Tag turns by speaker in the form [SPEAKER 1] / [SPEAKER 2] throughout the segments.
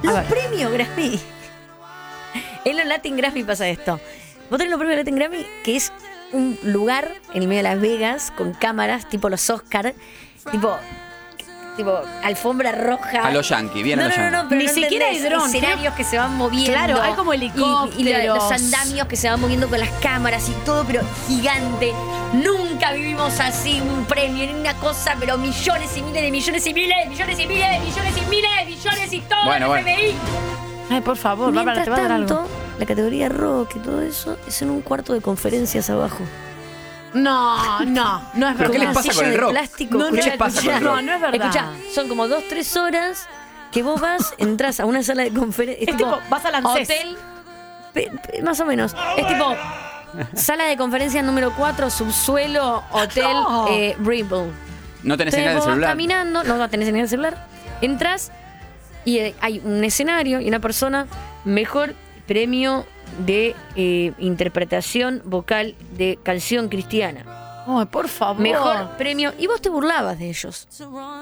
[SPEAKER 1] Los
[SPEAKER 2] ver.
[SPEAKER 1] premios Grammy. En los Latin Grammy pasa esto. Vos tenés los premios Latin Grammy, que es un lugar en el medio de Las Vegas con cámaras, tipo los Oscar, tipo, tipo alfombra roja.
[SPEAKER 3] A los yankees, bien
[SPEAKER 1] no,
[SPEAKER 3] a los
[SPEAKER 1] no, no,
[SPEAKER 3] yankees.
[SPEAKER 1] no, pero
[SPEAKER 2] Ni
[SPEAKER 1] no
[SPEAKER 2] siquiera
[SPEAKER 1] entendés.
[SPEAKER 2] hay dron,
[SPEAKER 1] Escenarios que se van moviendo.
[SPEAKER 2] Claro, hay como
[SPEAKER 1] Y- Y, la-
[SPEAKER 2] helicópteros.
[SPEAKER 1] los andamios que se van moviendo con las cámaras y todo, pero gigante. Nunca vivimos así un premio, ni una cosa, pero millones y miles de millones y miles de millones y miles de millones y miles de millones y todo
[SPEAKER 3] Bueno,
[SPEAKER 1] el
[SPEAKER 3] bueno.
[SPEAKER 1] PBI.
[SPEAKER 2] Ay, por favor, Bárbara,
[SPEAKER 1] Mientras
[SPEAKER 2] te va a dar algo.
[SPEAKER 1] tanto, la categoría rock y todo eso es en un cuarto de conferencias abajo.
[SPEAKER 2] No, no, no es
[SPEAKER 3] ¿Pero
[SPEAKER 2] verdad.
[SPEAKER 3] qué les
[SPEAKER 1] una
[SPEAKER 3] pasa
[SPEAKER 1] silla
[SPEAKER 3] con el
[SPEAKER 1] de
[SPEAKER 3] rock?
[SPEAKER 1] plástico.
[SPEAKER 2] No, no,
[SPEAKER 1] Escuchá,
[SPEAKER 3] ¿Qué les pasa
[SPEAKER 1] escuchá.
[SPEAKER 3] con el rock?
[SPEAKER 2] No, no es verdad.
[SPEAKER 1] Escuchá, son como dos, tres horas que vos vas, entras a una sala de conferencia.
[SPEAKER 2] Es tipo, vas al ANSES.
[SPEAKER 1] Hotel. pe- pe- más o menos. Es tipo. Sala de conferencia número 4, subsuelo, hotel,
[SPEAKER 2] No.
[SPEAKER 1] eh, Rebel.
[SPEAKER 3] No
[SPEAKER 1] Entonces
[SPEAKER 3] tenés señal de
[SPEAKER 1] vos vas
[SPEAKER 3] celular.
[SPEAKER 1] caminando, no, no tenés señal de celular. Entras y eh, hay un escenario y una persona, mejor premio de eh, interpretación vocal de canción cristiana.
[SPEAKER 2] Ay, por favor.
[SPEAKER 1] Mejor premio. Y vos te burlabas de ellos.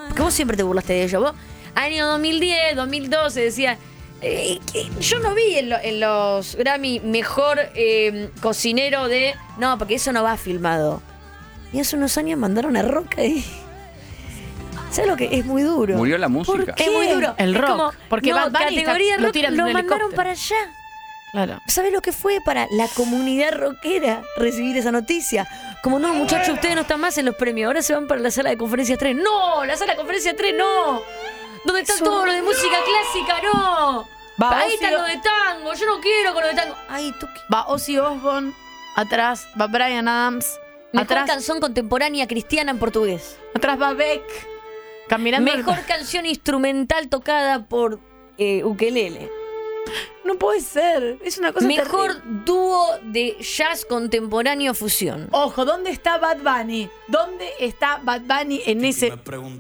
[SPEAKER 1] Porque vos siempre te burlaste de ellos. Vos, año 2010, 2012, decías. eh, que- yo no vi en, lo- en los Grammy mejor eh, cocinero de. No, porque eso no va filmado. Y hace unos años mandaron a Roca ahí. ¿Sabes lo que? Es muy duro.
[SPEAKER 3] Murió la
[SPEAKER 1] ¿Por
[SPEAKER 3] música.
[SPEAKER 1] qué? Es muy duro.
[SPEAKER 2] El
[SPEAKER 1] Es
[SPEAKER 2] rock,
[SPEAKER 1] como,
[SPEAKER 2] porque
[SPEAKER 1] no,
[SPEAKER 2] Bad Bunny está-
[SPEAKER 1] categoría
[SPEAKER 2] lo
[SPEAKER 1] rock
[SPEAKER 2] tiran de
[SPEAKER 1] lo
[SPEAKER 2] un
[SPEAKER 1] mandaron
[SPEAKER 2] helicóptero.
[SPEAKER 1] para allá.
[SPEAKER 2] Claro.
[SPEAKER 1] ¿Sabes lo que fue para la comunidad rockera recibir esa noticia? Como no, muchachos, ustedes no están más en los premios, ahora se van para la sala de conferencias 3. ¡No! ¡La sala de conferencias 3 no! ¿Dónde están
[SPEAKER 2] Eso-
[SPEAKER 1] todos los de música clásica? ¡No!
[SPEAKER 2] Va,
[SPEAKER 1] Ahí
[SPEAKER 2] Ozzy
[SPEAKER 1] están
[SPEAKER 2] O-
[SPEAKER 1] los de tango, yo no quiero con los de tango. Ay, tú qué.
[SPEAKER 2] Va Ozzy Osbourne, atrás va Brian Adams,
[SPEAKER 1] Mejor
[SPEAKER 2] atrás,
[SPEAKER 1] canción contemporánea cristiana en portugués.
[SPEAKER 2] atrás va Beck, caminando.
[SPEAKER 1] Mejor canción instrumental tocada por eh, ukelele.
[SPEAKER 2] No puede ser, es una cosa terrible.
[SPEAKER 1] Mejor dúo de jazz contemporáneo fusión.
[SPEAKER 2] Ojo, ¿dónde está Bad Bunny? ¿Dónde está Bad Bunny en ese?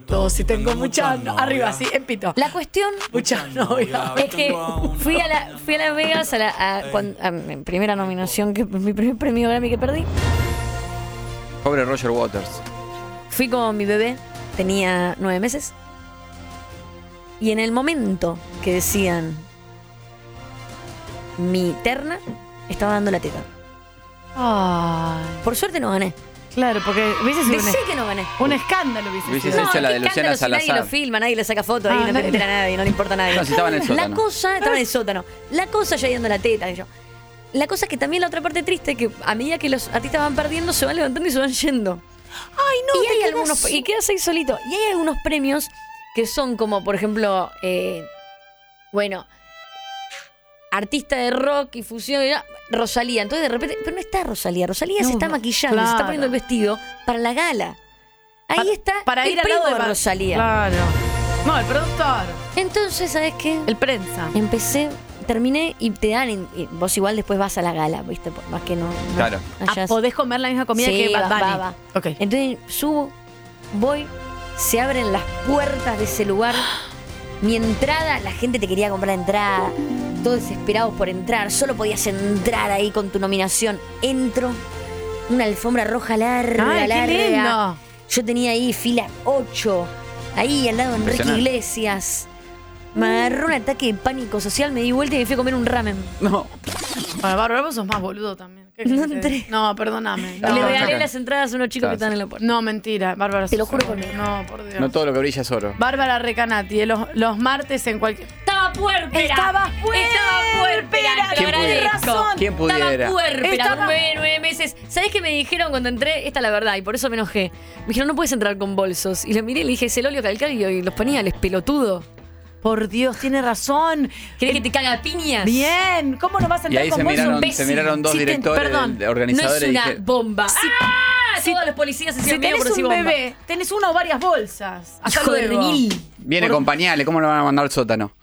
[SPEAKER 2] Todo, si tengo mucha. Arriba, sí, en pito.
[SPEAKER 1] La cuestión
[SPEAKER 2] Mucha novia.
[SPEAKER 1] es que fui a, la, fui a Las Vegas a la a cuan- a mi primera nominación, que mi primer premio Grammy que perdí.
[SPEAKER 3] Pobre Roger Waters.
[SPEAKER 1] Fui con mi bebé, tenía nueve meses. Y en el momento que decían mi terna, estaba dando la teta.
[SPEAKER 2] Ay,
[SPEAKER 1] Por suerte no gané.
[SPEAKER 2] claro, porque hubiese sido
[SPEAKER 1] Decí
[SPEAKER 2] un,
[SPEAKER 1] que no gané.
[SPEAKER 2] un escándalo. Hubiese
[SPEAKER 3] Hubiese
[SPEAKER 2] sido.
[SPEAKER 3] sido-
[SPEAKER 1] No,
[SPEAKER 3] Esa es la
[SPEAKER 1] qué
[SPEAKER 3] de Luciana
[SPEAKER 1] escándalo si Nadie
[SPEAKER 3] Salazar.
[SPEAKER 1] lo filma, nadie le saca foto, ahí
[SPEAKER 2] Ah,
[SPEAKER 1] no
[SPEAKER 2] nadie-
[SPEAKER 1] te entera nadie, no le importa a nadie.
[SPEAKER 3] No, si estaba en el
[SPEAKER 1] La
[SPEAKER 3] sótano.
[SPEAKER 1] cosa, estaba en el sótano. La cosa ya yendo la teta, qué sé yo. La cosa que también la otra parte triste que a medida que los artistas van perdiendo, se van levantando y se van yendo.
[SPEAKER 2] Ay,
[SPEAKER 1] y hay
[SPEAKER 2] te quedas-
[SPEAKER 1] algunos y quedas ahí solito. Y hay algunos premios que son como, por ejemplo, eh, bueno, artista de rock y fusión, y- Rosalía. Entonces de repente, pero no está Rosalía, Rosalía
[SPEAKER 2] No,
[SPEAKER 1] se está
[SPEAKER 2] no,
[SPEAKER 1] maquillando, se está
[SPEAKER 2] claro.
[SPEAKER 1] poniendo el vestido para la gala. Ahí
[SPEAKER 2] Pa-
[SPEAKER 1] está
[SPEAKER 2] para
[SPEAKER 1] el
[SPEAKER 2] ir al
[SPEAKER 1] primo
[SPEAKER 2] lado de
[SPEAKER 1] de
[SPEAKER 2] Bad-
[SPEAKER 1] Rosalía.
[SPEAKER 2] Claro. No, el productor,
[SPEAKER 1] Entonces, ¿sabes qué?
[SPEAKER 2] el prensa.
[SPEAKER 1] Empecé, terminé y te dan, en- y vos igual después vas a la gala, ¿viste? Por- Más que no. no
[SPEAKER 3] Claro.
[SPEAKER 1] hayas-
[SPEAKER 2] Ah, podés comer la misma comida
[SPEAKER 1] Sí,
[SPEAKER 2] que Bad
[SPEAKER 1] va-
[SPEAKER 2] Bunny.
[SPEAKER 1] va, va.
[SPEAKER 2] Ok.
[SPEAKER 1] Entonces subo, voy, se abren las puertas de ese lugar. Mi entrada, la gente te quería comprar entrada, todos desesperados por entrar, solo podías entrar ahí con tu nominación. Entro, una alfombra roja larga,
[SPEAKER 2] Ay, qué
[SPEAKER 1] larga.
[SPEAKER 2] lindo.
[SPEAKER 1] Yo tenía ahí fila 8, ahí al lado de Enrique
[SPEAKER 3] Impresionante.
[SPEAKER 1] Iglesias. Me agarró un ataque de pánico social, me di vuelta y me fui a comer un ramen.
[SPEAKER 3] No.
[SPEAKER 2] Bueno, Bárbara, vos sos más boludo también. ¿Qué
[SPEAKER 1] No
[SPEAKER 2] querés?
[SPEAKER 1] entré.
[SPEAKER 2] No, perdóname.
[SPEAKER 3] No,
[SPEAKER 2] No,
[SPEAKER 1] Le regalé
[SPEAKER 3] saca.
[SPEAKER 1] las entradas a unos chicos que estaban
[SPEAKER 3] Claro.
[SPEAKER 1] en la puerta.
[SPEAKER 2] no, mentira, Bárbara.
[SPEAKER 1] Te lo
[SPEAKER 2] sos
[SPEAKER 1] juro
[SPEAKER 2] una-
[SPEAKER 1] por
[SPEAKER 2] No, por Dios.
[SPEAKER 3] No todo lo que brilla es oro.
[SPEAKER 2] Bárbara Recanati, eh, los, los martes en cualquier.
[SPEAKER 1] Estaba puerpera.
[SPEAKER 2] Estabas
[SPEAKER 1] Estaba puerpera. Te lo
[SPEAKER 3] ¿Quién pudiera?
[SPEAKER 1] agradezco.
[SPEAKER 3] ¿Quién pudiera?
[SPEAKER 1] Estaba puerpera.
[SPEAKER 2] Estaba-
[SPEAKER 1] Nueve, nueve meses. ¿Sabés qué me dijeron cuando entré? Esta es la verdad y por eso me enojé. Me dijeron, no puedes entrar con bolsos. Y lo miré y le dije, es el óleo calcáreo y los pañales, pelotudo.
[SPEAKER 2] Por Dios, tiene razón.
[SPEAKER 1] ¿Querés que te caga a piñas?
[SPEAKER 2] Bien, ¿cómo no vas a
[SPEAKER 3] Y
[SPEAKER 2] entrar
[SPEAKER 3] ahí
[SPEAKER 2] con
[SPEAKER 3] se
[SPEAKER 2] vos?
[SPEAKER 3] miraron,
[SPEAKER 1] imbécil.
[SPEAKER 3] se miraron dos
[SPEAKER 2] Si te-
[SPEAKER 3] directores,
[SPEAKER 2] perdón,
[SPEAKER 3] del-
[SPEAKER 1] No
[SPEAKER 3] de
[SPEAKER 1] es
[SPEAKER 3] organizadores y
[SPEAKER 1] una
[SPEAKER 3] dije,
[SPEAKER 1] bomba. ¡Ah!
[SPEAKER 2] si-
[SPEAKER 1] Todos los policías se
[SPEAKER 2] Si
[SPEAKER 1] hicieron medio por
[SPEAKER 2] tenés
[SPEAKER 1] decir
[SPEAKER 2] un
[SPEAKER 1] bomba.
[SPEAKER 2] bebé, tenés una o varias bolsas. Hasta
[SPEAKER 1] Hijo de
[SPEAKER 2] luego.
[SPEAKER 1] remil.
[SPEAKER 3] viene con pañales, ¿cómo lo van a mandar al sótano?